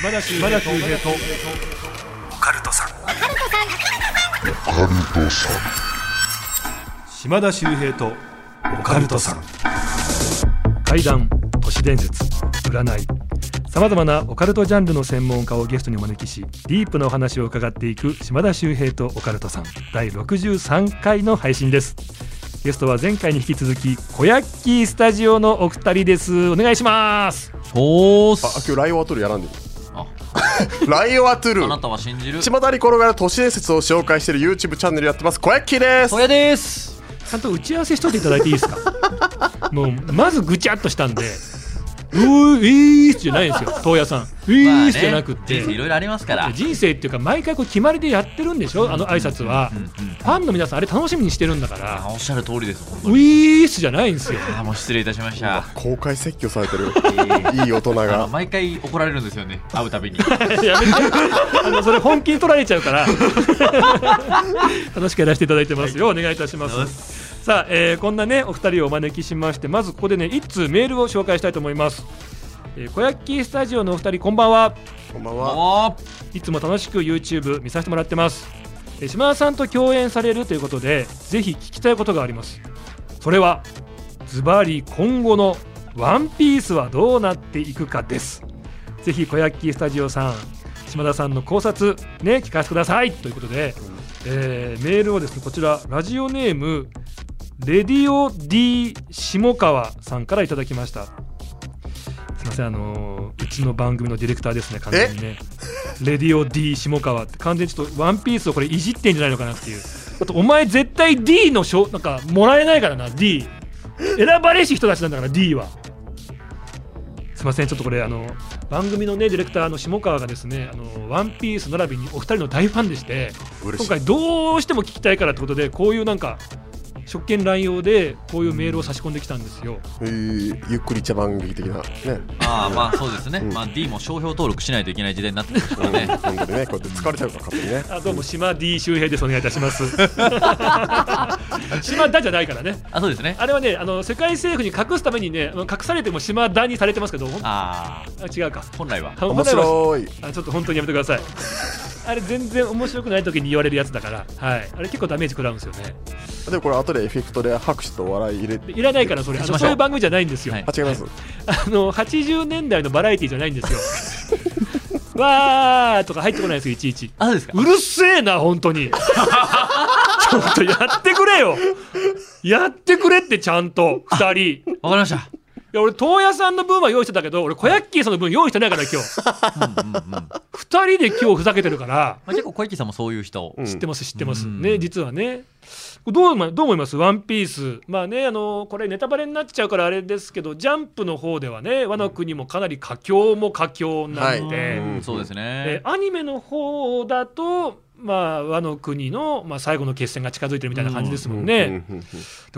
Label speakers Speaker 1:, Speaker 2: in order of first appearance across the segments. Speaker 1: 島田秀平と
Speaker 2: オカルトさん
Speaker 1: 島田秀平と
Speaker 2: オカルトさん
Speaker 3: 怪談都市伝説占いさまざまなオカルトジャンルの専門家をゲストにお招きしディープなお話を伺っていく島田秀平とオカルトさん第63回の配信ですゲストは前回に引き続き小ヤッキースタジオのお二人ですお願いします
Speaker 4: おー
Speaker 5: あ
Speaker 4: す
Speaker 5: 今日ライオンアトゥルやらんで
Speaker 4: あ
Speaker 5: る ライオンアトゥル
Speaker 4: あなたは信じる
Speaker 5: 巷に転がる都市伝説を紹介している YouTube チャンネルやってます小屋キです
Speaker 4: それです
Speaker 3: ちゃんと打ち合わせしといていただいていい ですかもうまずぐちゃっとしたんで「うーえーっ」じゃないんですよ東野さん「え
Speaker 4: まあ
Speaker 3: ー
Speaker 4: ね
Speaker 3: っ」じゃなくて、
Speaker 4: 人生いろいろありますから
Speaker 3: 人生っていうか毎回こう決まりでやってるんでしょあの挨拶は
Speaker 4: うんうん
Speaker 3: ファンの皆さんあれ楽しみにしてるんだか
Speaker 4: あ
Speaker 3: ら
Speaker 4: おっしゃる通りです本当
Speaker 3: ウ
Speaker 4: に
Speaker 3: ィースじゃないんですよ
Speaker 4: あもう失礼いたしました
Speaker 5: 公開説教されてる
Speaker 4: え
Speaker 5: いい大人
Speaker 4: あの
Speaker 5: が
Speaker 4: 毎回怒られるんですよね会うたびに
Speaker 3: やめて あのそれ本気に取られちゃうから 楽しくやらせていただいてますよお願いいたします、
Speaker 4: よ
Speaker 3: さあ、えーこんなねお二人をお招きしましてまずここでね一通メールを紹介したいと思います、えー、小焼きスタジオのお二人こんばんは
Speaker 5: こんばんは
Speaker 4: おー
Speaker 3: いつも楽しく YouTube 見させてもらってますえー島田さんと共演されるということでぜひ聞きたいことがありますそれはズバリ今後のワンピースはどうなっていくかですぜひ小焼きスタジオさん島田さんの考察ね聞かせてくださいということで、えーメールをですねこちらラジオネームレディオ D 下川さんからいただきましたすいませんあのーうちの番組のディレクターですね完全にねレディオ D 下川って完全にちょっとワンピースをこれいじってんじゃないのかなっていうあとお前絶対 D の賞なんかもらえないからな D 選ばれし人たちなんだから D はすいませんちょっとこれあの番組のねディレクターの下川がですね「あのワンピース並びにお二人の大ファンでして
Speaker 5: 嬉し
Speaker 3: 今
Speaker 5: い
Speaker 3: 回どうしても聞きたいからってことでこういうなんか職権乱用でこういうメールを差し込んできたんですよ、
Speaker 5: えーゆっくり茶番劇的なね
Speaker 4: まあまあそうですね、
Speaker 5: うん
Speaker 4: まあ、D も商標登録しないといけない時代になってますからね
Speaker 5: うん本当にねこうやって疲れちゃうから勝手にね
Speaker 3: あどうも島 D 周平ですお願いいたします 島田じゃないからね
Speaker 4: あそうですね
Speaker 3: あれはねあの世界政府に隠すためにねあの隠されても島田にされてますけどほんあ
Speaker 4: ああ
Speaker 3: 違うか
Speaker 4: 本来は
Speaker 5: 面白い
Speaker 3: あちょっと本当にやめてくださいあれ全然面白くない時に言われるやつだから、はい、あれ結構ダメージ食らうんですよね
Speaker 5: でもこれ後でエフェクトで拍手と笑い入れ
Speaker 3: でいらないからそれあ
Speaker 4: し
Speaker 3: の
Speaker 4: ましょ
Speaker 3: そうういう番組じゃないんですよ、
Speaker 4: はい
Speaker 5: あ違います
Speaker 3: あの80年代のバラエティじゃないん ですよわーとか入ってこないですよいちいち
Speaker 4: あそうですか
Speaker 3: うるせえな本当にちょっとやってくれよやってくれってちゃんと2人
Speaker 4: わかりました
Speaker 3: いや俺東野さんの分は用意してたけど俺小ヤッキーさんの分用意してないから今日2人で今日ふざけてるから
Speaker 4: まあ、結構小池さんもそういう人、
Speaker 5: うん
Speaker 3: 知ってます知ってます、
Speaker 4: うん
Speaker 3: ね実はねどう思いどう思います「ワンピースまあねあのこれネタバレになっちゃうからあれですけど「ジャンプ」の方ではね「ワノ国」もかなり佳境も佳境なんで、
Speaker 5: はいうん
Speaker 4: そうです
Speaker 3: え
Speaker 4: ね、
Speaker 3: ーアニメの方だと「まあ、ワノ国の」まあ、最後の決戦が近づいてるみたいな感じですもんね、
Speaker 5: うんうんうん
Speaker 3: で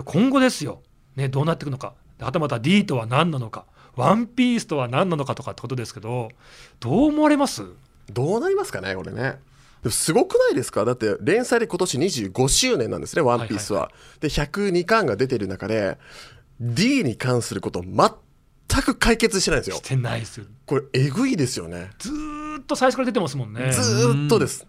Speaker 3: 今後ですよ、ね、どうなっていくのかではたまた D とは何なのか「ワンピースとは何なのかとかってことですけどどう思われます
Speaker 5: どうなりますかねこれねでもすごくないですかだって連載で今年25周年なんですね「ワンピースは、で102巻が出てる中で D に関すること全く解決してないんですよ
Speaker 3: してないですよ
Speaker 5: これえぐいですよね
Speaker 3: ずーっと最初から出てますもんね
Speaker 5: ずーっとです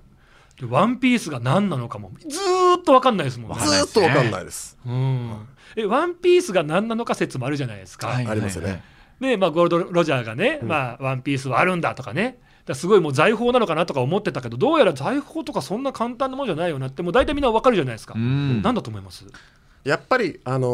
Speaker 3: でワンピースが何なのかもずーっと分かんないですもんね
Speaker 4: わ
Speaker 5: ず
Speaker 4: かんない
Speaker 5: ーっとわかんないです
Speaker 3: うんえワンピースが何なのか説もあるじゃないですか、
Speaker 5: ありますよね
Speaker 3: で、まあ、ゴールド・ロジャーがね、まあ、ワンピースはあるんだとかね、だからすごいもう財宝なのかなとか思ってたけど、どうやら財宝とかそんな簡単なものじゃないよなって、もう大体みんなわかるじゃないですか。
Speaker 4: うん
Speaker 3: なんだと思います言
Speaker 5: やっぱり、あのー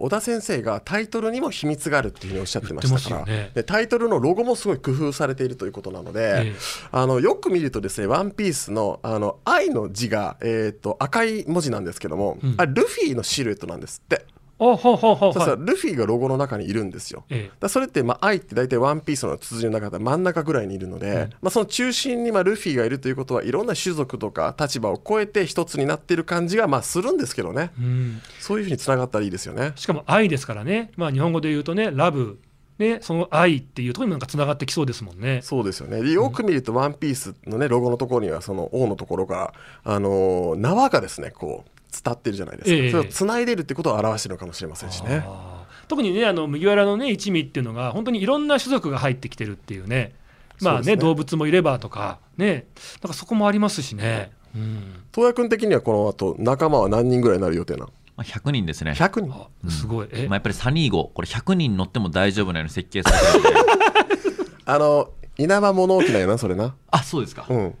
Speaker 5: 小田先生がタイトルにも秘密があるっていうふうにおっしゃってましたか
Speaker 3: 言
Speaker 5: ら、
Speaker 3: ってますよね
Speaker 5: でタイトルのロゴもすごい工夫されているということなので、
Speaker 3: ええ
Speaker 5: あのよく見るとですね「ワンピースのあの愛の字が、えー、と赤い文字なんですけども、
Speaker 3: うん
Speaker 5: あルフィのシルエットなんですって、
Speaker 3: あ、ほうほうほう
Speaker 5: そう
Speaker 3: ほ
Speaker 5: そう
Speaker 3: う。
Speaker 5: ルフィがロゴの中にいるんですよ。
Speaker 3: え
Speaker 5: だからそれって、まあ、愛って大体ワンピースの綴りの中で真ん中ぐらいにいるので、まあ、その中心にまあルフィがいるということはいろんな種族とか立場を超えて一つになっている感じがまあするんですけどね
Speaker 3: えうん、
Speaker 5: そういうふうにつながったらいいですよね。
Speaker 3: しかも愛ですからね、まあ、日本語で言うとね、ラブ、ね、その愛っていうところにもなんかつながってきそうですもんね。
Speaker 5: そうですよねでよく見ると「ワンピースのねロゴのところにはその王のところから、あのー縄がですねこう伝ってるじゃないですか、
Speaker 3: ええ
Speaker 5: それをつないでるってことを表してるのかもしれませんしね
Speaker 3: あー特にねあの麦わらのね一味っていうのが本当にいろんな種族が入ってきてるっていうねま
Speaker 5: そ
Speaker 3: あ
Speaker 5: うです
Speaker 3: ね
Speaker 5: ね
Speaker 3: 動物もいればとかねなんかそこもありますしね、うん、
Speaker 5: 東也君的にはこの後仲間は何人ぐらいになる予定なの
Speaker 4: まあ、100人ですね。
Speaker 5: 100人
Speaker 3: あすごいえ、
Speaker 4: まあ、やっぱりサニー号、これ100人乗っても大丈夫なように設計され てるんで。
Speaker 5: あの稲葉物置だよなそれな
Speaker 4: あ、そうですか。
Speaker 5: うん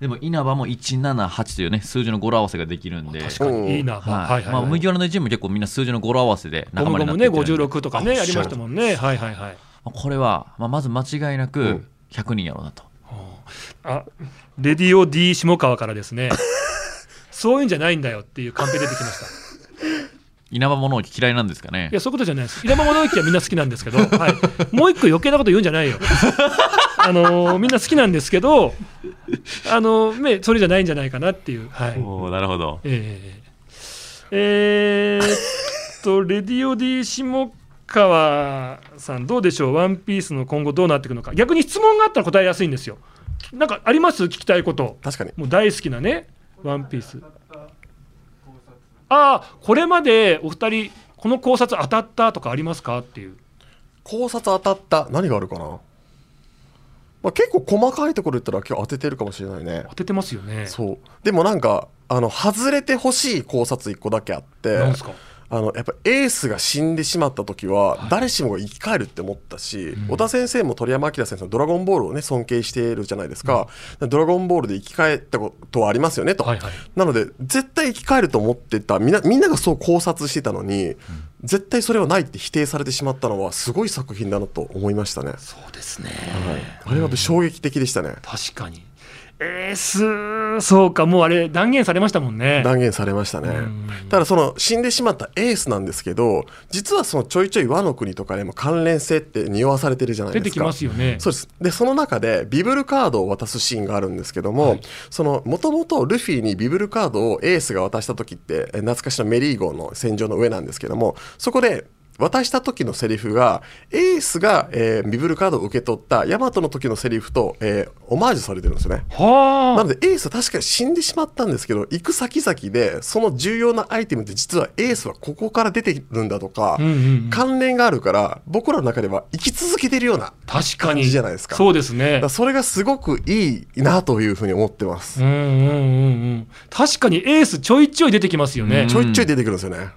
Speaker 4: でも稲葉も178というね、数字の語呂合わせができるんで。
Speaker 3: 確か
Speaker 5: うん
Speaker 3: にいいな、
Speaker 4: はいまあ、麦わらの一部も結構みんな数字の語呂合わせで
Speaker 3: ゴ
Speaker 4: 仲
Speaker 3: ム
Speaker 4: 間
Speaker 3: ゴ
Speaker 4: にな
Speaker 3: ム
Speaker 4: って
Speaker 3: ね
Speaker 4: いってるんで
Speaker 3: 56とかねありましたもんねはいはいはい
Speaker 4: まあこれは、まあ、まず間違いな
Speaker 5: う
Speaker 4: く
Speaker 5: ん
Speaker 4: 100人やろうなと、
Speaker 3: あレディオ D 下川からです ねそういうんじゃないんだよっていうカンペ出てきました
Speaker 4: 稲葉物置嫌いなんですかね
Speaker 3: いやそういうことじゃないです稲葉物置はみんな好きなんですけ ど、はい、もう一個余計なこと言うんじゃないよあのーみんな好きなんですけどあのーねそれじゃないんじゃないかなっていうはい
Speaker 4: おーなるほど
Speaker 3: えー、えー、っ と、レディオ D 下川さん、どうでしょう、ワンピースの今後どうなっていくのか、逆に質問があったら答えやすいんですよ。なんかあります聞きたいこと、
Speaker 5: 確かに
Speaker 3: もう大好きなね、ワンピース。ああ、これまでお二人、この考察当たったとかありますかっていう。
Speaker 5: 考察当たった何があるかな、まあ、結構細かいところ言ったら今日当ててるかもしれないね
Speaker 3: 当ててますよね。
Speaker 5: そうでもなんかあの外れてほしい考察1個だけあって
Speaker 3: なんすか
Speaker 5: あのやっぱエースが死んでしまった時は誰しもが生き返るって思ったし、小田先生も鳥山明先生の「ドラゴンボール」をね尊敬しているじゃないですか、ドラゴンボールで生き返ったことはありますよねと、
Speaker 3: はいはい
Speaker 5: なので絶対生き返ると思ってたみんなみんながそう考察してたのに、絶対それはないって否定されてしまったのはすごい作品だなと思いましたね、
Speaker 3: そうですね。
Speaker 5: あれはやっぱ衝撃的でしたね
Speaker 3: 確かに。エース、そうか、もうあれ、断言されましたもんね。
Speaker 5: 断言されましたね、ただその死んでしまったエースなんですけど実はそのちょいちょい和の国とかでも関連性って匂わされてるじゃないで
Speaker 3: 出
Speaker 5: すか
Speaker 3: てきますよね。
Speaker 5: そうですでその中でビブルカードを渡すシーンがあるんですけども、そのもともとルフィにビブルカードをエースが渡した時ってえ懐かしのメリー号の戦場の上なんですけどもそこで渡した時のセリフがエースが、えービブルカードを受け取ったヤマトの時のセリフと、えーオマージュされてるんですよね。
Speaker 3: はあ。
Speaker 5: なのでエースは確かに死んでしまったんですけど行く先々でその重要なアイテムって実はエースはここから出てるんだとか、
Speaker 3: うんうんうん
Speaker 5: 関連があるから僕らの中では生き続けてるような
Speaker 3: 確か
Speaker 5: 感
Speaker 3: に
Speaker 5: じじゃないですか
Speaker 3: そうですね
Speaker 5: だからそれがすごくいいなというふうに思ってます、
Speaker 3: うんうんうんうん確かにエースちょいちょい出てきますよね、
Speaker 4: うん
Speaker 5: ちょいちょい出てくるんですよね、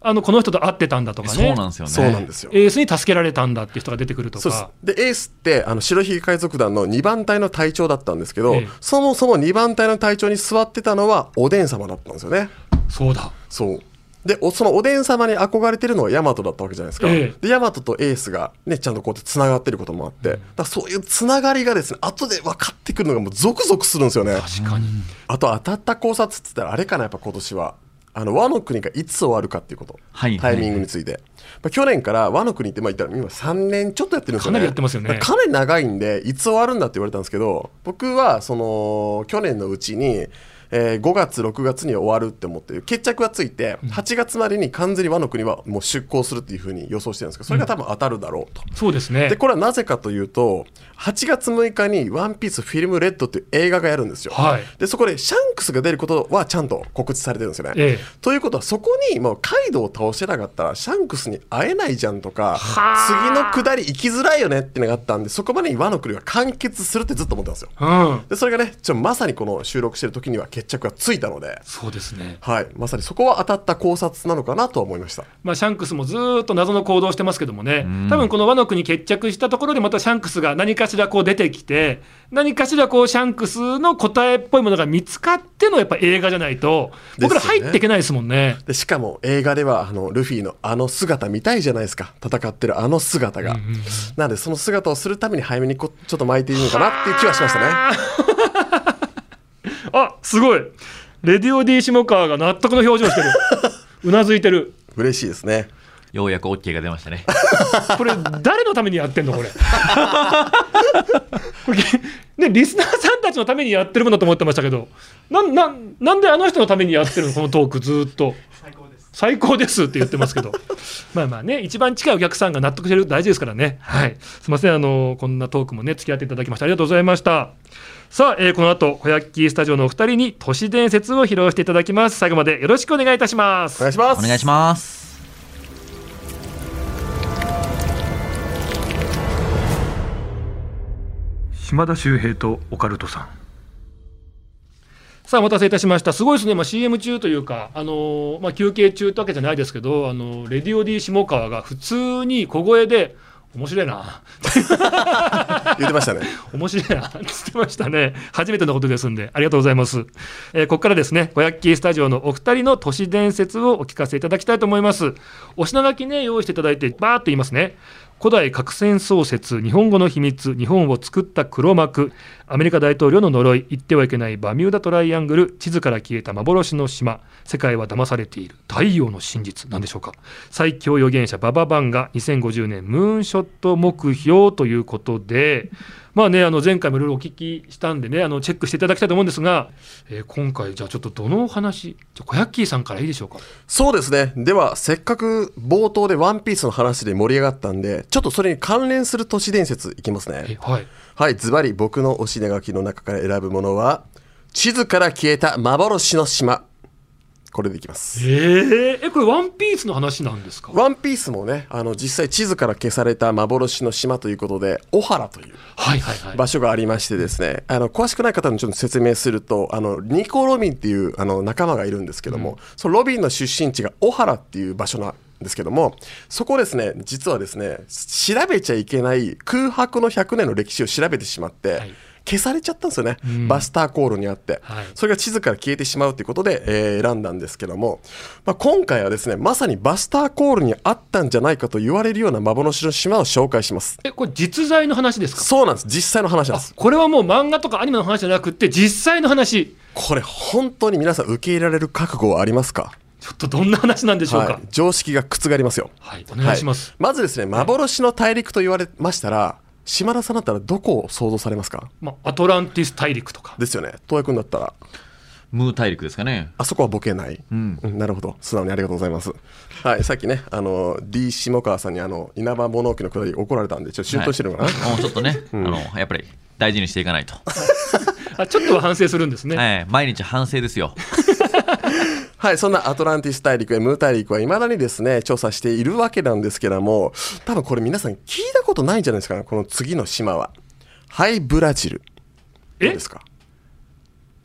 Speaker 3: あのこの人と会ってたんだとかね
Speaker 4: そうなんですよね
Speaker 5: そうなんですよ、
Speaker 3: エースに助けられたんだって人が出てくると
Speaker 5: そうです
Speaker 3: か
Speaker 5: でエースってあの白ひげ海賊団の2番隊の隊長だったんですけど、
Speaker 3: ええ
Speaker 5: そもそも2番隊の隊長に座ってたのはおでん様だったんですよね
Speaker 3: そうだ
Speaker 5: そうでおそのおでん様に憧れてるのはヤマトだったわけじゃないですか、
Speaker 3: ええ
Speaker 5: でヤマトとエースが、ね、ちゃんとこうやってつながってることもあって、だからそういうつながりがですね後で分かってくるのがもうゾクゾクするんですよね
Speaker 3: 確かに、
Speaker 5: あと当たった考察っつったらあれかなやっぱ今年はあの和の国がいつ終わるかっていうこと、
Speaker 4: はい
Speaker 5: タイミングについて、まあ、去年から和の国ってまあ言ったら今3年ちょっとやってるんですよ
Speaker 3: か
Speaker 5: ね
Speaker 3: なりやってますよね
Speaker 5: だからかなり長いんでいつ終わるんだって言われたんですけど僕はその去年のうちに、えー5月6月には終わるって思ってる決着がついて8月までに完全に和の国はもう出航するっていうふうに予想してるんですけどそれが多分当たるだろうと、
Speaker 3: そうですね
Speaker 5: でこれはなぜかというと8月6日に「ワンピースフィルムレッドっていう映画がやるんですよ、
Speaker 3: はい
Speaker 5: でそこでシャンクスが出ることはちゃんと告知されてるんですよね、
Speaker 3: ええ
Speaker 5: ということはそこにもうカイドウを倒してなかったらシャンクスに会えないじゃんとか次の下り行きづらいよねっていうのがあったんでそこまでにワノ国は完結するってずっと思ってたんですよ
Speaker 3: うん
Speaker 5: でそれがねちょまさにこの収録してる時には決着がついたので
Speaker 3: そうですね
Speaker 5: はいまさにそこは当たった考察なのかなとは思いました
Speaker 3: まあ、シャンクスもずーっと謎の行動をしてますけどもね、多分この和の国決着したところで、またシャンクスが何かしらこう出てきて、何かしらこうシャンクスの答えっぽいものが見つかってのやっぱ映画じゃないと、僕ら
Speaker 5: ですよね
Speaker 3: 入っていけないですもん ね。
Speaker 5: でしかも映画ではあのルフィのあの姿見たいじゃないですか戦ってるあの姿が、なのでその姿をするために早めにこちょっと巻いているのかなっていう気はしましたね
Speaker 3: あすごいレディオ D 下川が納得の表情してるうなずいてる
Speaker 5: 嬉しいですね
Speaker 4: ようやく OK が出ましたね
Speaker 3: これ誰のためにやってんのこれ これ、ね、リスナーさんたちのためにやってるものだと思ってましたけどなんなんなんであの人のためにやってるのこのトークずーっと最高ですって言ってますけど まあまあね一番近いお客さんが納得してる大事ですからねはいすいませんあのこんなトークもね付き合っていただきましてありがとうございましたさあ、えーこの後小焼きスタジオのお二人に都市伝説を披露していただきます最後までよろしくお願いいたしま
Speaker 5: お願
Speaker 3: す
Speaker 5: いします
Speaker 4: お願いします
Speaker 3: 島田秀平とオカルトさんさあお待たせいたしましたすごいですね、まあ、CM 中というか、あのーまあ、休憩中ってわけじゃないですけど、あのーレディオ D 下川が普通に小声で面白いな
Speaker 5: 言ってましたね
Speaker 3: 面白いなって言ってましたね。初めてのことですんで、ありがとうございます。えーここからですね、小ヤッキースタジオのお二人の都市伝説をお聞かせいただきたいと思います。お品書きね、用意していただいて、バーっと言いますね。古代核戦創設、日本語の秘密、日本を作った黒幕、アメリカ大統領の呪い、言ってはいけないバミューダトライアングル、地図から消えた幻の島、世界は騙されている、太陽の真実、なんでしょうか。最強予言者、バババンが2050年ムーンショット目標ということで、まあね、あの前回もいろいろお聞きしたんでね、あのチェックしていただきたいと思うんですが、えー今回、じゃあちょっとどのお話、じゃあ小ヤッキーさんからいいでしょうか。
Speaker 5: そうですねではせっかく冒頭で「ワンピースの話で盛り上がったんでちょっとそれに関連する都市伝説いきますね
Speaker 3: えはい、
Speaker 5: はい、ズバリ僕のお品書きの中から選ぶものは、地図から消えた幻の島。これでいきます。
Speaker 3: ええこれ、ワンピースの話なんですか。
Speaker 5: ワンピースもね、あの、実際地図から消された幻の島ということで、小原という
Speaker 3: はいはいはい。
Speaker 5: 場所がありましてですね、あの、詳しくない方にちょっと説明すると、あの、ニコ・ロビンっていうあの仲間がいるんですけども、そのロビンの出身地が小原っていう場所なんですけども、そこですね、実はですね、調べちゃいけない空白の100年の歴史を調べてしまって、
Speaker 3: はい
Speaker 5: 消されちゃったんですよね、バスター航路にあって、
Speaker 3: はい
Speaker 5: それが地図から消えてしまうということで、えー選んだんですけども、まあ、今回はですねまさにバスター航路にあったんじゃないかと言われるような幻の島を紹介します
Speaker 3: え、これ実在の話ですか。
Speaker 5: そうなんです実際の話なん
Speaker 3: あ
Speaker 5: です、
Speaker 3: これはもう漫画とかアニメの話じゃなくて、実際の話。
Speaker 5: これ本当に皆さん受け入れられる覚悟はありますか
Speaker 3: ちょっとどんな話なんでしょうか。は
Speaker 5: はいい、、常識が覆りますよ
Speaker 3: お願いします。
Speaker 5: はいまずですね幻の大陸と言われましたら島田さんだったらどこを想像されますか
Speaker 3: まあ、アトランティス大陸とか。
Speaker 5: ですよね東く君だったら
Speaker 4: ムー大陸ですかね。
Speaker 5: あそこはボケない。
Speaker 4: ん
Speaker 5: うんなるほど。素直にありがとうございます。はい、さっきね、あの、D 下川さんに、あの、稲葉物置のくだり怒られたんで、ちょっとシュンとしてるのかな。
Speaker 4: はいもうちょっとね、あのやっぱり大事にしていかないと、
Speaker 3: あ、ちょっとは反省するんですね。
Speaker 4: はい、毎日反省ですよ。
Speaker 5: はい、そんなアトランティス大陸やムー大陸は未だにですね、調査しているわけなんですけども、多分これ皆さん聞いたことないんじゃないですかね、この次の島は。はい、ブラジル。どう
Speaker 3: え
Speaker 5: です、か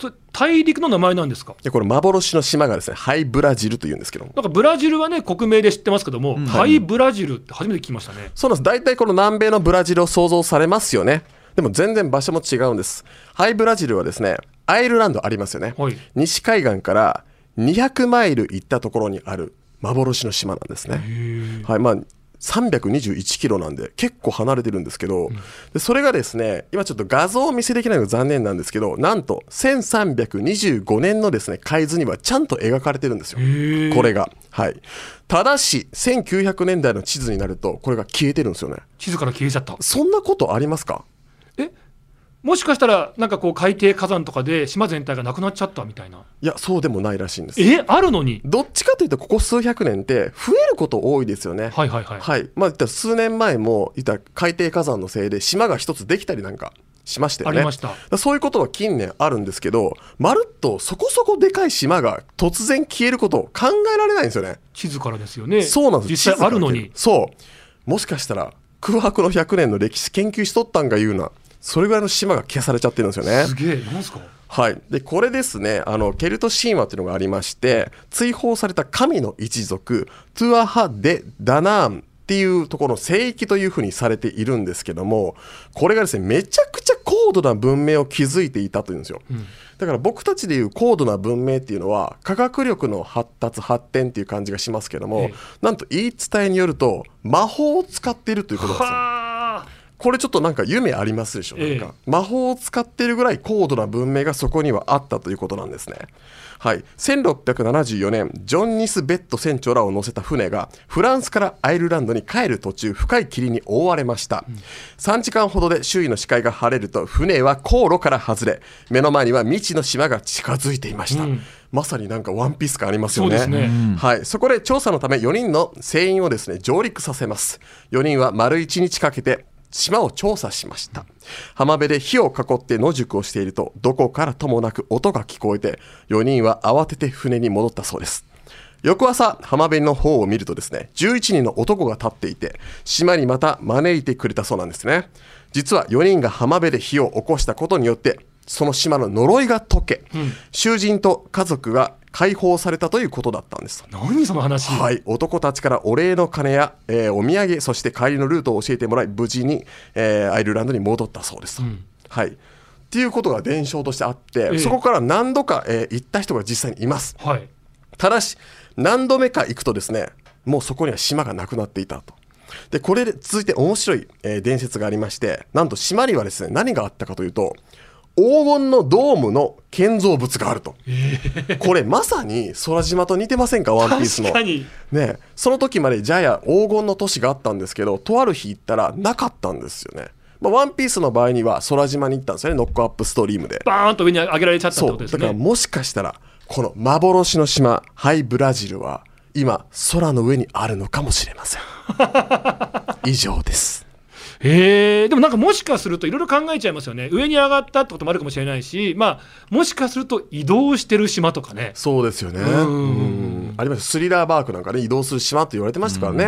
Speaker 3: そ大陸の名前なんですか。
Speaker 5: でこれ幻の島がですね、はい、ブラジルというんですけども。
Speaker 3: なんかブラジルはね、国名で知ってますけども、ハイブラジルって初めて聞きましたね。
Speaker 5: そうなんです。大体この南米のブラジルを想像されますよね。でも全然場所も違うんです。ハイブラジルはですね、アイルランドありますよね。
Speaker 3: はい
Speaker 5: 西海岸から200マイル行ったところにある幻の島なんですね。はい、まあ321キロなんで結構離れてるんですけど、でそれがですね今ちょっと画像をお見せできないのが残念なんですけどなんと1325年のですね海図にはちゃんと描かれてるんですよこれがはいただし1900年代の地図になるとこれが消えてるんですよね
Speaker 3: 地図から消えちゃった。
Speaker 5: そんなことありますか
Speaker 3: えもしかしたらなんかこう海底火山とかで島全体がなくなっちゃったみたいない
Speaker 5: やそうでもないらしいんです
Speaker 3: えあるのに
Speaker 5: どっちかというとここ数百年って増えること多いですよね
Speaker 3: はいはいはい、
Speaker 5: はい、まあ、言ったら数年前も言ったら海底火山のせいで島が一つできたりなんかしましたよね。
Speaker 3: ありました
Speaker 5: だからそういうことは近年あるんですけどまるっとそこそこでかい島が突然消えることを考えられないんですよね。
Speaker 3: 地図からですよね
Speaker 5: そうなんです
Speaker 3: 実
Speaker 5: 地図か
Speaker 3: 際あ
Speaker 5: ら
Speaker 3: るの
Speaker 5: 消え
Speaker 3: に
Speaker 5: そうもしかしたら空白の100年の歴史研究しとったんが言うなそれぐらいの島が消されちゃってるんですよね。
Speaker 3: すげえなんすか
Speaker 5: はい、でこれですねあのケルト神話というのがありまして追放された神の一族トゥアハ・デ・ダナーンっていうところの聖域というふうにされているんですけどもこれがですねめちゃくちゃ高度な文明を築いていたというんですよ、だから僕たちでいう高度な文明っていうのは科学力の発達発展っていう感じがしますけども、
Speaker 3: ええ
Speaker 5: なんと言い伝えによると魔法を使っているということなんですよ
Speaker 3: はあ
Speaker 5: これちょっとなんか夢ありますでしょ、
Speaker 3: ええ
Speaker 5: なんか魔法を使ってるぐらい高度な文明がそこにはあったということなんですね。はい、1674年ジョン・ニス・ベッド船長らを乗せた船がフランスからアイルランドに帰る途中深い霧に覆われました、3時間ほどで周囲の視界が晴れると船は航路から外れ目の前には未知の島が近づいていました、
Speaker 3: うん
Speaker 5: まさになんかワンピース感あります
Speaker 3: そ
Speaker 5: よ
Speaker 3: うですね
Speaker 5: はい、そこで調査のため4人の船員をですね上陸させます4人は丸1日かけて島を調査しました浜辺で火を囲って野宿をしているとどこからともなく音が聞こえて4人は慌てて船に戻ったそうです翌朝浜辺の方を見るとですね11人の男が立っていて島にまた招いてくれたそうなんですね実は4人が浜辺で火を起こしたことによってその島の呪いが解け、囚人と家族が解放されたということだったんです
Speaker 3: 何その話、
Speaker 5: はい、男たちからお礼の金や、えーお土産そして帰りのルートを教えてもらい無事に、えーアイルランドに戻ったそうです、はい、っていうことが伝承としてあって、
Speaker 3: え
Speaker 5: そこから何度か、えー行った人が実際にいます
Speaker 3: はい
Speaker 5: ただし何度目か行くとですねもうそこには島がなくなっていたとでこれで続いて面白い、えー伝説がありましてなんと島にはですね何があったかというと黄金のドームの建造物があると、これまさに空島と似てませんかワンピースの
Speaker 3: 確かに
Speaker 5: ね、その時までジャヤ黄金の都市があったんですけどとある日行ったらなかったんですよね、まあ、ワンピースの場合には空島に行ったんですよねノックアップストリームで
Speaker 3: バーンと上に上げられちゃったって
Speaker 5: そ
Speaker 3: こ
Speaker 5: う
Speaker 3: とで
Speaker 5: だ
Speaker 3: す
Speaker 5: から
Speaker 3: ね
Speaker 5: もしかしたらこの幻の島ハイブラジルは今空の上にあるのかもしれませ ん以上です
Speaker 3: へえでもなんかもしかするといろいろ考えちゃいますよね上に上がったってこともあるかもしれないしまあもしかすると移動してる島とかね
Speaker 5: そうですよねうんありましたスリラーバークなんかね移動する島って言われてましたからね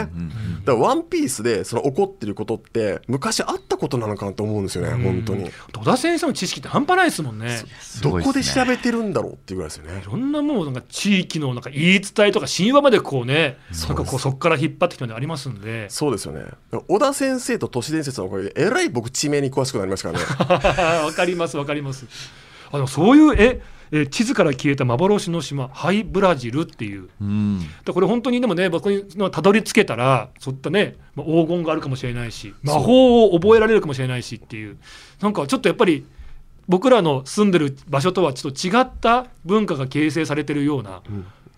Speaker 5: だからワンピースでその起こってることって昔あったことなのかなと思うんですよね本当に
Speaker 3: 戸田先生の知識って半端ないですもんね
Speaker 5: どこで調べてるんだろうっていうぐらいですよね
Speaker 3: い。ろんなもうなんか地域のなんか言い伝えとか神話までこうね
Speaker 5: そうです
Speaker 3: なんかこうそこから引っ張ってきたのでありますん で
Speaker 5: そうですよね。小田先生と都市伝説のおかげで、えらい僕、地名に詳しくなりましたからね。
Speaker 3: わかりますわかりますあのそういうええ地図から消えた幻の島ハイブラジルっていう
Speaker 4: うん
Speaker 3: でこれ本当にでもね僕にたどり着けたらそういったね、まあ黄金があるかもしれないし魔法を覚えられるかもしれないしっていうなんかちょっとやっぱり僕らの住んでる場所とはちょっと違った文化が形成されてるような,、なん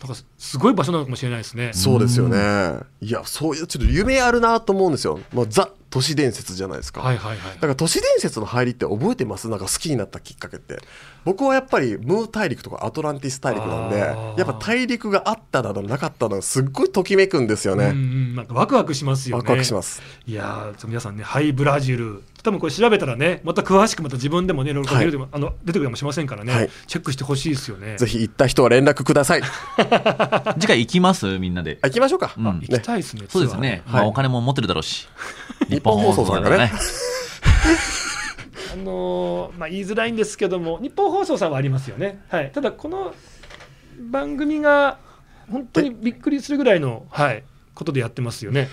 Speaker 3: かすすごい場所なのかもしれないですね。
Speaker 5: そうですよね。いや、そういう、ちょっと夢あるなと思うんですよ。もうザ・都市伝説じゃないですか。
Speaker 3: はいはいはい
Speaker 5: だから都市伝説の入りって覚えてますなんか好きになったきっかけって僕はやっぱりムー大陸とかアトランティス大陸なんで
Speaker 3: あー
Speaker 5: やっぱ大陸があっただのなかっただのすっごいときめくんです
Speaker 3: う
Speaker 5: よ
Speaker 3: んう
Speaker 5: ね
Speaker 3: ん、なんかワクワクしますよね。
Speaker 5: ワクワクします
Speaker 3: いやー、皆さんね、ハイブラジル、多分これ調べたらね、また詳しくまた自分でもね、いろいろこう
Speaker 5: はい
Speaker 3: 見るでも、あの出てくるかもしれませんからね、
Speaker 5: はい
Speaker 3: チェックしてほしいですよね。
Speaker 5: ぜひ行った人は連絡くださいあ
Speaker 4: 次回行きますみんなで。
Speaker 5: 行きましょうか、
Speaker 4: うん
Speaker 3: 行きたいですね。
Speaker 4: そうですね。
Speaker 3: ツアー
Speaker 4: まあお金も持ってるだろうし。
Speaker 5: 日本放送さんがね
Speaker 4: 日本放
Speaker 3: あのーまあ、言いづらいんですけども、日本放送さんはありますよね。はい、ただ、この番組が本当にびっくりするぐらいの、はい、ことでやってますよね。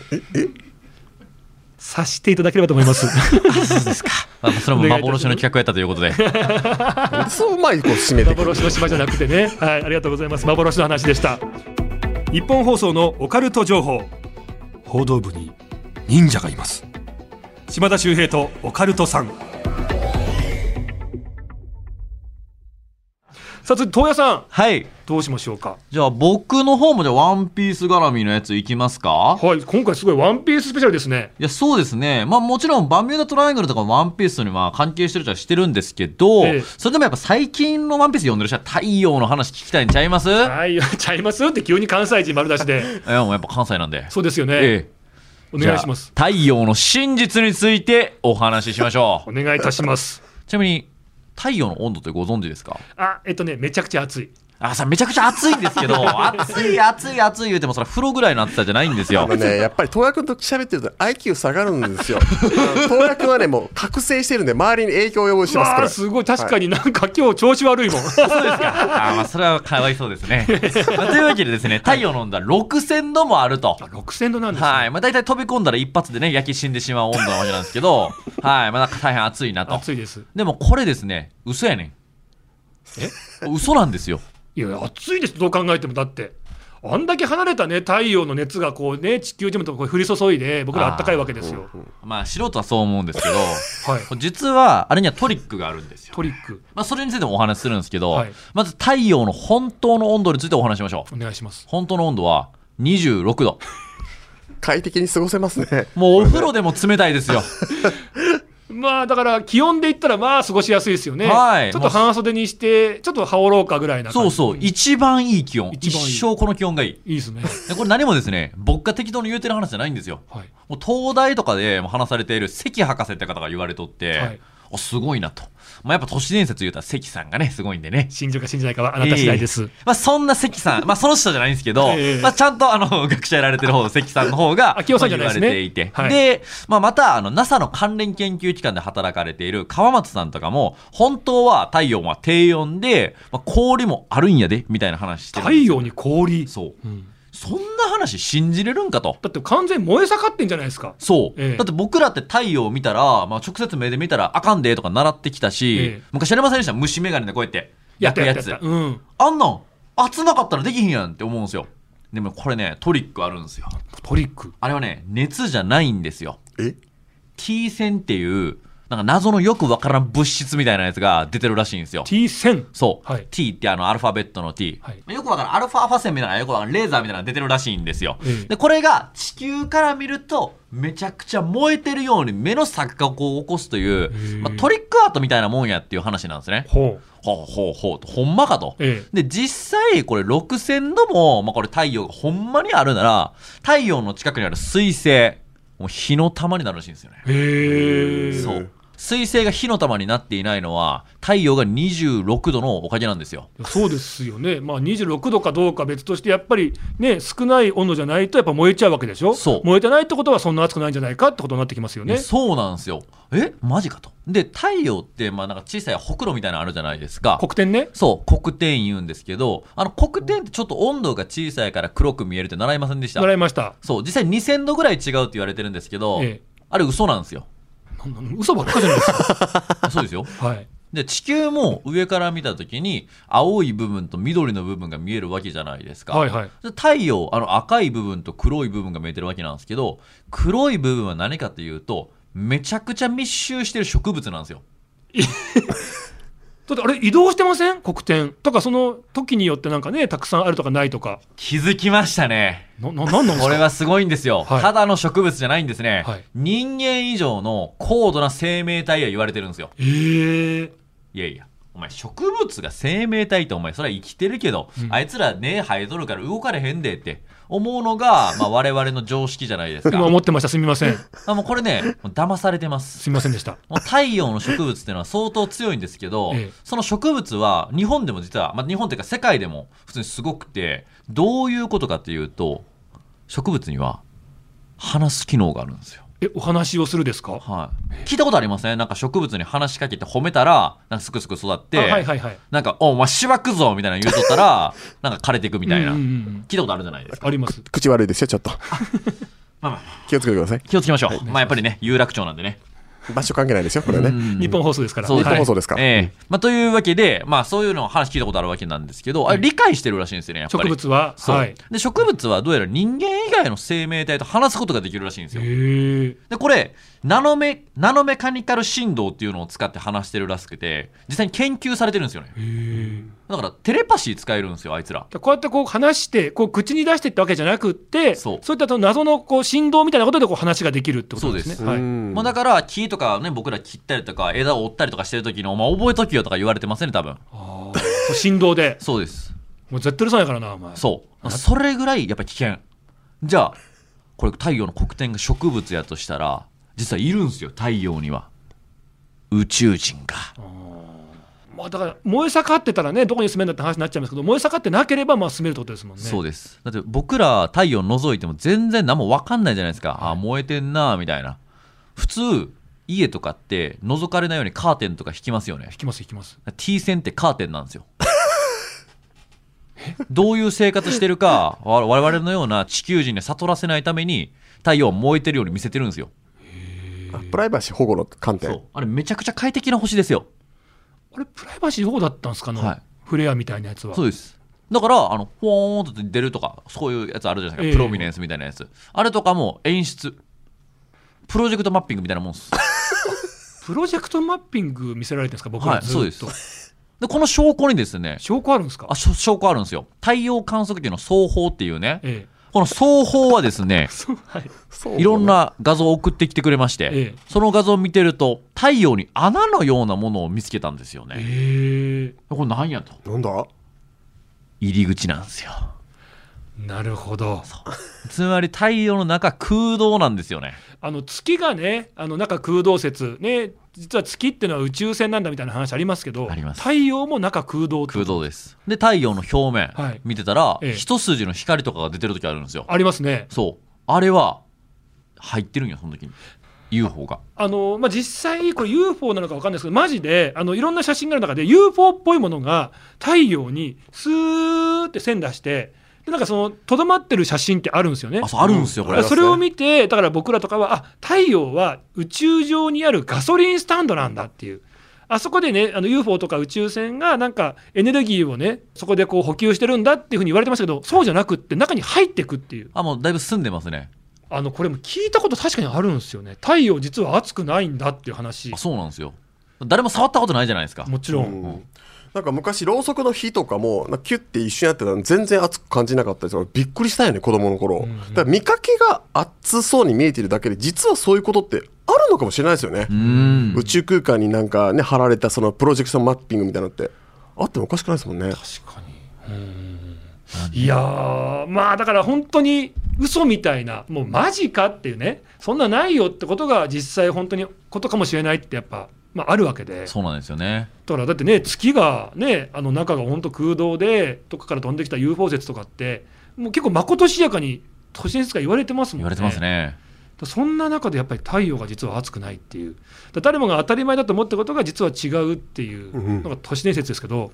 Speaker 3: 察していただければと思います。
Speaker 4: あそれも幻の企画やったということで。
Speaker 5: そううまいこう締めてくる
Speaker 3: 幻の島じゃなくてね、はい、ありがとうございます幻の話でした日本放送のオカルト情報
Speaker 2: 報道部に忍者がいます
Speaker 3: 島田秀平とオカルトさんさあ次東野さん
Speaker 4: はい。
Speaker 3: どうしましょうか
Speaker 4: じゃあ僕の方もじゃあワンピース絡みのやついきますか
Speaker 3: はい今回すごいワンピーススペシャルですね
Speaker 4: いや、そうですね。まあもちろんバミューダトライアングルとかもワンピースには関係してるっちゃしてるんですけど、
Speaker 3: ええ
Speaker 4: それでもやっぱ最近のワンピース読んでる人は太陽の話聞きたいんちゃいますいや、
Speaker 3: はいちゃいますって急に関西人丸出しで
Speaker 4: もうやっぱ関西なんで。
Speaker 3: そうですよね、
Speaker 4: ええ。
Speaker 3: お願いします
Speaker 4: じゃあ。太陽の真実についてお話ししましょ
Speaker 3: お願いいたし ます
Speaker 4: う。 ちなみに、太陽の温度ってご存知ですか
Speaker 3: あえっとねめちゃくちゃ暑い
Speaker 4: あさめちゃくちゃ暑いんです けど暑い暑い暑い言うてもそれ風呂ぐらいの暑さじゃないんですよ
Speaker 5: あのね、やっぱり東亜君と喋ってると IQ 下がるんですよ。 東亜君はね、もう覚醒してるんで、周りに影響を及ぼしてますか
Speaker 3: わあ
Speaker 5: ら。
Speaker 3: すごい確かになんか今日調子悪いもん
Speaker 4: そうですかあーまあそれはかわいそうです ね、まあというわけでですね太陽の温度は6000度もあると
Speaker 3: あ6000度なんですね、
Speaker 4: はいまあ、大体飛び込んだら一発でね焼き死んでしまう温度のわけなんですけど はいまあなんか大変暑いなと
Speaker 3: 暑いです
Speaker 4: でもこれですね嘘やね
Speaker 3: え
Speaker 4: ん嘘なんですよ
Speaker 3: いや、暑いです、どう考えても、だって。あんだけ離れたね、太陽の熱がこうね、地球上にもこう降り注いで、僕らあったかいわけですよ。
Speaker 4: まあ素人はそう思うんですけど
Speaker 3: はい。
Speaker 4: 実はあれにはトリックがあるんですよ
Speaker 3: トリック、
Speaker 4: まあそれについてもお話しするんですけど、
Speaker 3: はい
Speaker 4: まず太陽の本当の温度についてお話ししましょう
Speaker 3: お願いします。
Speaker 4: 本当の温度は26度。
Speaker 5: 快適に過ごせますね。
Speaker 4: もうお風呂でも冷たいですよ。
Speaker 3: まあ、だから、気温で言ったら、まあ、過ごしやすいですよね。
Speaker 4: はい
Speaker 3: ちょっと半袖にして、ちょっと羽織ろうかぐらいな
Speaker 4: そ
Speaker 3: 感
Speaker 4: う
Speaker 3: じ。
Speaker 4: そう、一番いい気温。
Speaker 3: 一
Speaker 4: 一
Speaker 3: 番いい
Speaker 4: 生この気温がいい。
Speaker 3: いいですね。
Speaker 4: でこれ何もですね、僕が適当に言うてる話じゃないんですよ。
Speaker 3: はい。
Speaker 4: もう東大とかでも話されている関博士って方が言われとって、
Speaker 3: はい
Speaker 4: おすごいなと。まあ、やっぱ都市伝説言うたら関さんがね、すごいんでね。
Speaker 3: 信じるか信じないかはあなた次第です。
Speaker 4: ええまあ、そんな関さん、まあ、その人じゃないんですけど、
Speaker 3: ええ
Speaker 4: まあ、ちゃんとあの学者やられてる方の関さんの方が
Speaker 3: あ清さんじゃない
Speaker 4: ま
Speaker 3: です
Speaker 4: あ言
Speaker 3: ね
Speaker 4: われていて、
Speaker 3: はい
Speaker 4: で、まあ、またあの NASA の関連研究機関で働かれている川松さんとかも本当は太陽は低温で、まあ、氷もあるんやでみたいな話してるん
Speaker 3: 太
Speaker 4: ですよ
Speaker 3: 陽に氷。
Speaker 4: そう
Speaker 3: うん
Speaker 4: そんな話信じれるんかと。
Speaker 3: だって完全に燃え盛ってんじゃないですか。
Speaker 4: そう、
Speaker 3: ええ
Speaker 4: だって僕らって太陽を見たら、まあ、直接目で見たらあかんでとか習ってきたし、
Speaker 3: ええ
Speaker 4: 昔やりませんでした虫眼鏡でこうやって
Speaker 3: やった
Speaker 4: 焼く
Speaker 3: や
Speaker 4: や
Speaker 3: った
Speaker 4: つ
Speaker 3: やった。うん。
Speaker 4: あんなん熱なかったらできひんやんって思うんですよでもこれねトリックあるんですよ
Speaker 3: トリック。
Speaker 4: あれはね熱じゃないんですよ
Speaker 5: え
Speaker 4: T 線っていうなんか謎のよくわからん物質みたいなやつが出てるらしいんですよ
Speaker 3: T 線。
Speaker 4: そう、
Speaker 3: はい
Speaker 4: T ってあのアルファベットの T、
Speaker 3: はい
Speaker 4: よくわからんアルファファセンみたいなよくわからんレーザーみたいなの出てるらしいんですよ、
Speaker 3: ええ
Speaker 4: でこれが地球から見るとめちゃくちゃ燃えてるように目の錯覚を起こすという
Speaker 3: へえ、
Speaker 4: まあ、トリックアートみたいなもんやっていう話なんですね
Speaker 3: ほう。
Speaker 4: ほうほうほうとほんまかと、
Speaker 3: え
Speaker 4: で実際これ6000度も、まあ、これ太陽がほんまにあるなら太陽の近くにある水星もう火の玉になるらしいんですよね
Speaker 3: え。へえ。
Speaker 4: そう。水星が火の玉になっていないのは太陽が26度のおかげなんですよ
Speaker 3: そうですよね、まあ、26度かどうか別として、やっぱりね、少ない温度じゃないと、やっぱ燃えちゃうわけでしょ、
Speaker 4: そう
Speaker 3: 燃えてないってことは、そんな暑くないんじゃないかってことになってきますよね。
Speaker 4: そうなんですよえマジかとで太陽ってまあなんか小さいほくろみたいなのあるじゃないですか
Speaker 3: 黒点ね、
Speaker 4: そう黒点言うんですけどあの黒点ってちょっと温度が小さいから黒く見えるって習いませんでした
Speaker 3: 習いました。
Speaker 4: そう実際2000度ぐらい違うって言われてるんですけど、
Speaker 3: ええ
Speaker 4: あれ嘘なんで すよ
Speaker 3: なんなん嘘ばっかじゃないですか。
Speaker 4: あそうですよ
Speaker 3: はい、
Speaker 4: で地球も上から見た時に青い部分と緑の部分が見えるわけじゃないですか、
Speaker 3: はい、はい。
Speaker 4: で太陽あの赤い部分と黒い部分が見えてるわけなんですけど黒い部分は何かというとめちゃくちゃ密集してる植物なんですよ
Speaker 3: だってあれ、移動してません黒点とか、その時によってなんかね、たくさんあるとかないとか、
Speaker 4: 気づきましたね
Speaker 3: なななんなんですか
Speaker 4: これはすごいんですよ、
Speaker 3: はい
Speaker 4: ただの植物じゃないんですね、
Speaker 3: はい
Speaker 4: 人間以上の高度な生命体や言われてるんですよ
Speaker 3: えー、
Speaker 4: いやいやお前植物が生命体ってお前それは生きてるけど、あいつら根生えとるから動かれへんでって思うのが、まあ、我々の常識じゃな いですか
Speaker 3: 今思ってました、すみません、
Speaker 4: あもうこれねもう騙されてます
Speaker 3: すみませんでした。
Speaker 4: もう太陽の植物っていうのは相当強いんですけど、
Speaker 3: ええ
Speaker 4: その植物は日本でも実は、まあ、日本というか世界でも普通にすごくてどういうことかっていうと植物には話す機能があるんですよ。
Speaker 3: え、お話をするですか、
Speaker 4: はい、聞いたことありませんなんか植物に話しかけて褒めたらなんかすくすく育って、
Speaker 3: あはいはいはい。
Speaker 4: なんか「おお前しばくぞ」みたいなの言うとっ たらなんか枯れていくみたいな、
Speaker 3: うんうんうん
Speaker 4: 聞いたことあるじゃないですか。
Speaker 3: あります。
Speaker 5: 口悪いですよ ちょっと
Speaker 4: まあまあ
Speaker 5: 気をつけてください
Speaker 4: 気をつけましょう、まあ、やっぱりね有楽町なんでね。
Speaker 5: 場所関係ないですよこれはね
Speaker 3: 日本放送ですから。
Speaker 4: そう
Speaker 5: 日本
Speaker 3: はい
Speaker 5: 放送ですか、
Speaker 4: ええまあ、というわけで、まあ、そういうのを話聞いたことあるわけなんですけど、あれ理解してるらしいんですよねやっぱり
Speaker 3: 植物は、
Speaker 4: そう、
Speaker 3: はい。
Speaker 4: で植物はどうやら人間以外の生命体と話すことができるらしいんですよ
Speaker 3: へえ。
Speaker 4: でこれナノメナノメカニカル振動っていうのを使って話してるらしくて実際に研究されてるんですよねだからテレパシー使えるんですよあいつら
Speaker 3: こうやってこう話してこう口に出してってわけじゃなくって
Speaker 4: そう
Speaker 3: いったその謎のこう振動みたいなことでこう話ができるってことなんですね。
Speaker 4: そうう
Speaker 3: はい
Speaker 5: ん
Speaker 4: もうだから木とかね僕ら切ったりとか枝を折ったりとかしてる時に「お前覚えときよ」とか言われてますね多分
Speaker 3: あーそう振動で
Speaker 4: そうです
Speaker 3: もう絶対許さないからなお前
Speaker 4: そうそれぐらいやっぱ危険じゃあこれ太陽の黒点が植物やとしたら実はいるんですよ太陽には宇宙人が
Speaker 3: まあ、だから燃え盛ってたらねどこに住めんだって話になっちゃいますけど燃え盛ってなければまあ住めるってことですもんね。
Speaker 4: そうですだって僕ら太陽覗いても全然何も分かんないじゃないですか、あ燃えてんなみたいな普通家とかって覗かれないようにカーテンとか引きますよね
Speaker 3: 引きます引きます。
Speaker 4: T 線ってカーテンなんですよどういう生活してるかわ我々のような地球人に悟らせないために太陽は燃えてるように見せてるんですよ
Speaker 5: あプライバシー保護の観
Speaker 4: そ
Speaker 5: 点
Speaker 4: うあれめちゃくちゃ快適な星ですよ
Speaker 3: あれプライバシー保護だったんですかね、
Speaker 4: はい
Speaker 3: フレアみたいなやつは。
Speaker 4: そうですだからあのポーンと出るとかそういうやつあるじゃないですか、
Speaker 3: ええ
Speaker 4: プロミネンスみたいなやつあれとかも演出プロジェクトマッピングみたいなもんです
Speaker 3: プロジェクトマッピング見せられてるんですか僕ら
Speaker 4: はい
Speaker 3: ずっと、
Speaker 4: そうですでこの証拠にですね
Speaker 3: 証拠あるんですか
Speaker 4: あしょ証拠あるんですよ太陽観測器の双方っていうね
Speaker 3: ええ
Speaker 4: この双方はですね
Speaker 3: そうはい、
Speaker 5: そう
Speaker 4: いろんな画像を送ってきてくれまして、
Speaker 3: ええ
Speaker 4: その画像を見てると太陽に穴のようなものを見つけたんですよね、
Speaker 3: ええ
Speaker 4: これなんやと
Speaker 5: なんだ
Speaker 4: 入り口なんですよ
Speaker 3: なるほど
Speaker 4: つまり太陽の中空洞なんですよね
Speaker 3: あの月がねあの中空洞説ね実は月っていうのは宇宙船なんだみたいな話ありますけど
Speaker 4: あります
Speaker 3: 太陽も中空洞って
Speaker 4: 空洞ですで太陽の表面、
Speaker 3: はい
Speaker 4: 見てたら、
Speaker 3: ええ
Speaker 4: 一筋の光とかが出てる時あるんですよ
Speaker 3: ありますね
Speaker 4: そうあれは入ってるんよその時に UFO が
Speaker 3: あの、まあ、実際これ UFO なのか分かんないですけどマジであのいろんな写真がある中で UFO っぽいものが太陽にスーって線出してでなんかそのとどまってる写真ってあるんですよね
Speaker 4: あそうあるんですよこれ、
Speaker 5: うん
Speaker 3: それを見てだから僕らとかはあ太陽は宇宙上にあるガソリンスタンドなんだっていうあそこでねあの UFO とか宇宙船がなんかエネルギーをねそこでこう補給してるんだっていうふうに言われてましたけどそうじゃなくって中に入ってくっていう
Speaker 4: あもうだいぶ澄んでますね
Speaker 3: あのこれも聞いたこと確かにあるんですよね太陽実は熱くないんだっていう話
Speaker 4: あそうなんですよ誰も触ったことないじゃないですか
Speaker 3: もちろん、
Speaker 5: うんなんか昔ろうそくの火とかもなんかキュッて一瞬やってたのに全然熱く感じなかったですよびっくりしたよね子供の
Speaker 3: う
Speaker 5: 頃、
Speaker 3: ん
Speaker 5: だから見かけが熱そうに見えてるだけで実はそういうことってあるのかもしれないですよね
Speaker 4: う、ん
Speaker 5: 宇宙空間になんかね貼られたそのプロジェクションマッピングみたいなのってあってもおかしくないですもんね
Speaker 3: 確かにいやーまあだから本当に嘘みたいなもうマジかっていうねそんなないよってことが実際本当にことかもしれないってやっぱ、まあ、あるわけで
Speaker 4: そうなんですよね
Speaker 3: だからだってね月がねあの中が本当空洞でどっかから飛んできた UFO 説とかってもう結構まことしやかに都市伝説が言われてますもんね
Speaker 4: 言われてますね
Speaker 3: だそんな中でやっぱり太陽が実は熱くないっていうだ誰もが当たり前だと思ったことが実は違うっていうのが都市伝説ですけど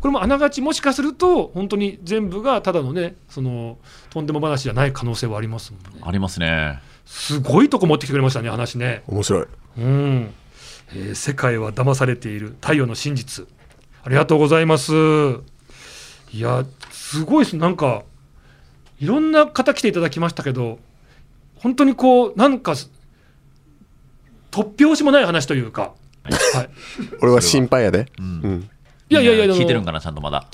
Speaker 3: これもあながちもしかすると本当に全部がただのねそのとんでも話じゃない可能性はありますもんね
Speaker 4: ありますね
Speaker 3: すごいとこ持ってきてくれましたね話ね
Speaker 5: 面白い
Speaker 3: うん、えー世界は騙されている太陽の真実ありがとうございますいやすごいですなんかいろんな方来ていただきましたけど本当にこうなんかす突拍子もない話というか、はい、
Speaker 5: 俺は心配やで、
Speaker 4: ん
Speaker 5: うん
Speaker 3: いやいやいや
Speaker 4: みんな
Speaker 3: あの
Speaker 4: 聞いてるんかなちゃんとまだ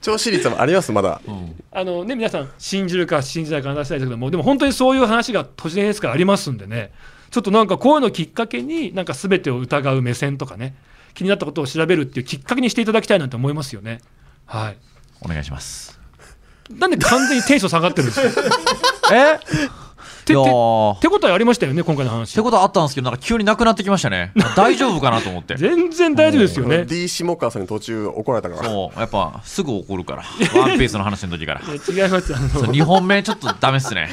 Speaker 5: 調子率もありますまだ
Speaker 4: うん
Speaker 3: あのね皆さん信じるか信じないか話したいですけどもでも本当にそういう話が都市伝説からありますんでねちょっとなんかこういうのをきっかけになんか全てを疑う目線とかね気になったことを調べるっていうきっかけにしていただきたいなと思いますよねはい
Speaker 4: お願いします
Speaker 3: なんで完全にテンション下がってるんです か
Speaker 4: え
Speaker 3: て
Speaker 4: いや
Speaker 3: て
Speaker 4: ー
Speaker 3: 手応えありましたよね今回の
Speaker 4: っ
Speaker 3: 話
Speaker 4: てことはあったんですけどなんか急になくなってきました ね大丈夫かなと思って
Speaker 3: 全然大丈夫ですよね
Speaker 5: D 下川さんに途中怒られたから
Speaker 4: そうやっぱすぐ怒るから「ワンピースの話 の時から
Speaker 3: いや違いますあの
Speaker 4: そう2本目ちょっとダメっすね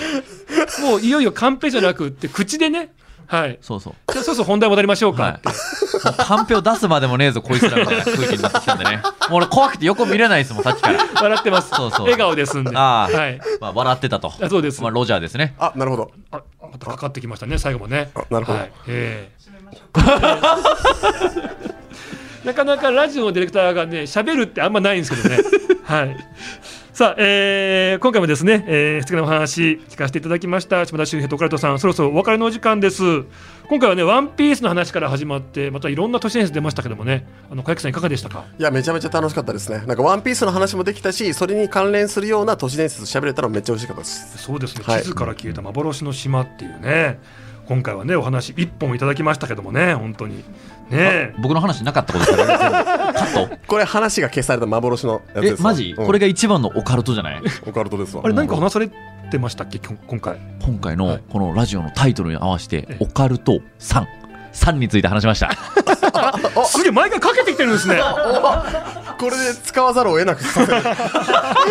Speaker 3: もういよいよカンペじゃなくって口でねはい
Speaker 4: そうそう
Speaker 3: じゃあそろそろ本題戻りましょうか、
Speaker 4: はいもうカンペを出すまでもねえぞこいつらみたいな空気になってきたんでねもう俺怖くて横見れないですもんさっ きから
Speaker 3: 笑ってます
Speaker 4: そうそう
Speaker 3: 笑顔ですんで
Speaker 4: ああ、
Speaker 3: はい
Speaker 4: まあ、笑ってたと
Speaker 3: あそうです
Speaker 4: まあ、ロジャーですね
Speaker 5: あなるほど
Speaker 3: あまたかかってきましたね最後もね
Speaker 5: あなるほど
Speaker 3: はいえ えなかなかラジオのディレクターがね喋るってあんまないんですけどねはいさあ、えー今回もですね、えー、素敵なお話聞かせていただきました島田秀平とオカルトさんそろそろお別れのお時間です今回はね「ワンピースの話から始まってまたいろんな都市伝説出ましたけどもねあの小池さんいかがでしたか
Speaker 5: いやめちゃめちゃ楽しかったですねなんかワンピースの話もできたしそれに関連するような都市伝説喋れたのめっちゃ嬉しかったです
Speaker 3: そうですね、
Speaker 5: はい
Speaker 3: 地図から消えた幻の島っていうね今回はねお話一本いただきましたけどもね本当にね
Speaker 4: 僕の話なかったことです からねカッ
Speaker 5: これ話が消された幻のやつ
Speaker 4: ト
Speaker 5: で
Speaker 4: え
Speaker 5: す
Speaker 4: マジ、
Speaker 5: うん
Speaker 4: これが一番のオカルトじゃない
Speaker 5: オカルトですわ
Speaker 3: あれ何か話されてましたっけきょ今回
Speaker 4: 今回
Speaker 3: は
Speaker 4: の
Speaker 3: い
Speaker 4: このラジオのタイトルに合わせて
Speaker 3: ええ
Speaker 4: 「オカルト33」3について話しました
Speaker 3: すげえ毎回かけてきてるんですね
Speaker 5: これで使わざるを得なくさせる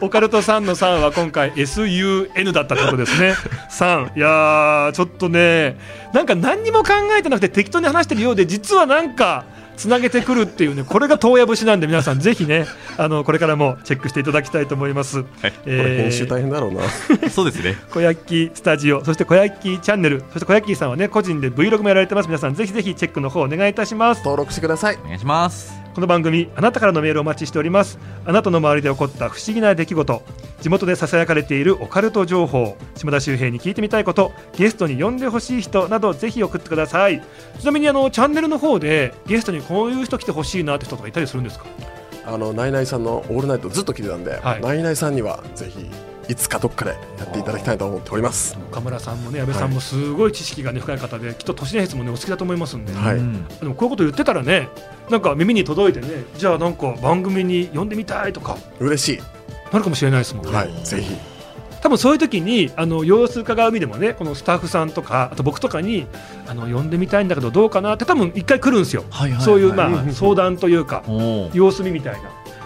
Speaker 3: オカルトさんの3は今回 SUN だったってことですね3いやーちょっとねなんか何にも考えてなくて適当に話してるようで実はなんかつなげてくるっていうねこれが遠藪節なんで皆さんぜひねあのこれからもチェックしていただきたいと思います、えー
Speaker 5: これ編集大変だろうな
Speaker 4: そうですね
Speaker 3: 小焼きスタジオそして小焼きチャンネルそして小焼きさんはね個人で Vlog もやられてます皆さんぜひぜひチェックの方お願いいたします
Speaker 5: 登録してください
Speaker 4: お願いします
Speaker 3: この番組あなたからのメールをお待ちしておりますあなたの周りで起こった不思議な出来事地元でささやかれているオカルト情報島田周平に聞いてみたいことゲストに呼んでほしい人などぜひ送ってくださいちなみにあのチャンネルの方でゲストにこういう人来てほしいなって人とかいたりするんですか
Speaker 5: あのナイナイさんの「オールナイト」ずっと聞いてたんで、
Speaker 3: はい
Speaker 5: ナイナイさんにはぜひいつかどっかでやっていただきたいと思っております。
Speaker 3: 岡村さんもね、安倍さんもすごい知識が、ね、深い方で、きっと都市伝説も、ね、お好きだと思いますんで、
Speaker 5: はい
Speaker 4: うん
Speaker 3: でもこういうこと言ってたらね、なんか耳に届いてね、じゃあなんか番組に呼んでみたいとか
Speaker 5: 嬉し
Speaker 3: なるかもしれないですもん
Speaker 5: い。
Speaker 3: ね。
Speaker 5: はい、ぜひ。
Speaker 3: 多分そういう時にあの様子伺う意味でもねこのスタッフさんとかあと僕とかにあの呼んでみたいんだけどどうかなって多分一回来るんですよ、
Speaker 4: はいはいはい
Speaker 3: そういうまあ、
Speaker 5: うん
Speaker 3: 相談というか
Speaker 4: おー
Speaker 3: 様子見みたいな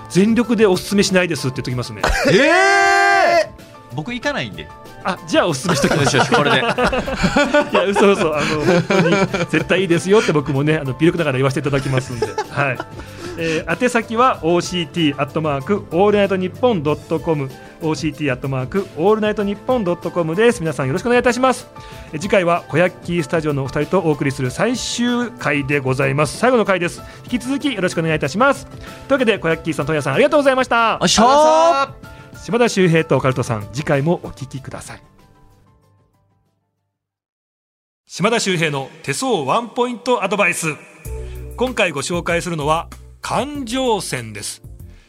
Speaker 3: 全力でおすすめしないですって言っときますね
Speaker 4: ええ僕行かないんで。
Speaker 3: あじゃあおすすめしとき
Speaker 4: よ
Speaker 3: ま
Speaker 4: し
Speaker 3: し
Speaker 4: よし、これ で。は
Speaker 3: ょういや嘘嘘あの本当に絶対いいですよって僕もねあの微力ながら言わせていただきますんではい、えー宛先は OCT アットマークオールナイトニッポンドットコム OCT アットマークオールナイトニッポンドットコムです皆さんよろしくお願いいたしますえ次回は小ヤッキースタジオのお二人とお送りする最終回でございます最後の回です引き続きよろしくお願いいたしますというわけで小ヤッキーさんとやさんありがとうございました
Speaker 4: いしょー
Speaker 3: 島田秀平とオカルトさん次回もお聞きください島田秀平の手相ワンポイントアドバイス今回ご紹介するのは感情線です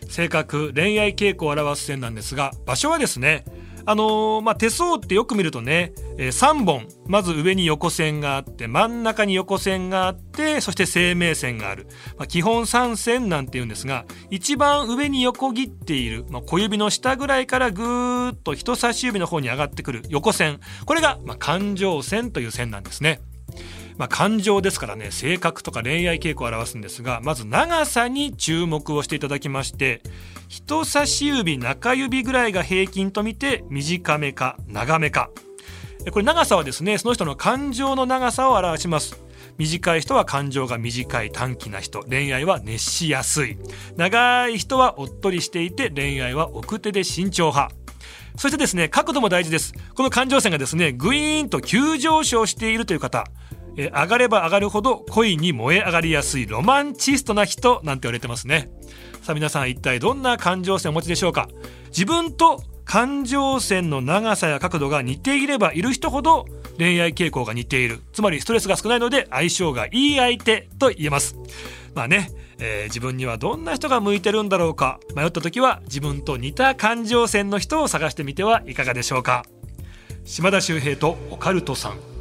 Speaker 3: 性格恋愛傾向を表す線なんですが場所はですねあのーまあ、手相ってよく見るとね、え3本まず上に横線があって真ん中に横線があってそして生命線がある、まあ、基本3線なんて言うんですが一番上に横切っている、まあ、小指の下ぐらいからぐーっと人差し指の方に上がってくる横線これが、まあ、感情線という線なんですね。まあ、感情ですからね性格とか恋愛傾向を表すんですがまず長さに注目をしていただきまして人差し指中指ぐらいが平均と見て短めか長めかえこれ長さはですねその人の感情の長さを表します短い人は感情が短い短気な人恋愛は熱しやすい長い人はおっとりしていて恋愛は奥手で慎重派そしてですね、角度も大事です。この感情線がですね、グイーンと急上昇しているという方、えー上がれば上がるほど恋に燃え上がりやすいロマンチストな人なんて言われてますね。さあ皆さん一体どんな感情線をお持ちでしょうか自分と感情線の長さや角度が似ていればいる人ほど恋愛傾向が似ている。つまりストレスが少ないので相性がいい相手と言えます。まあね、えー自分にはどんな人が向いてるんだろうか迷った時は自分と似た感情線の人を探してみてはいかがでしょうか島田秀平とオカルトさん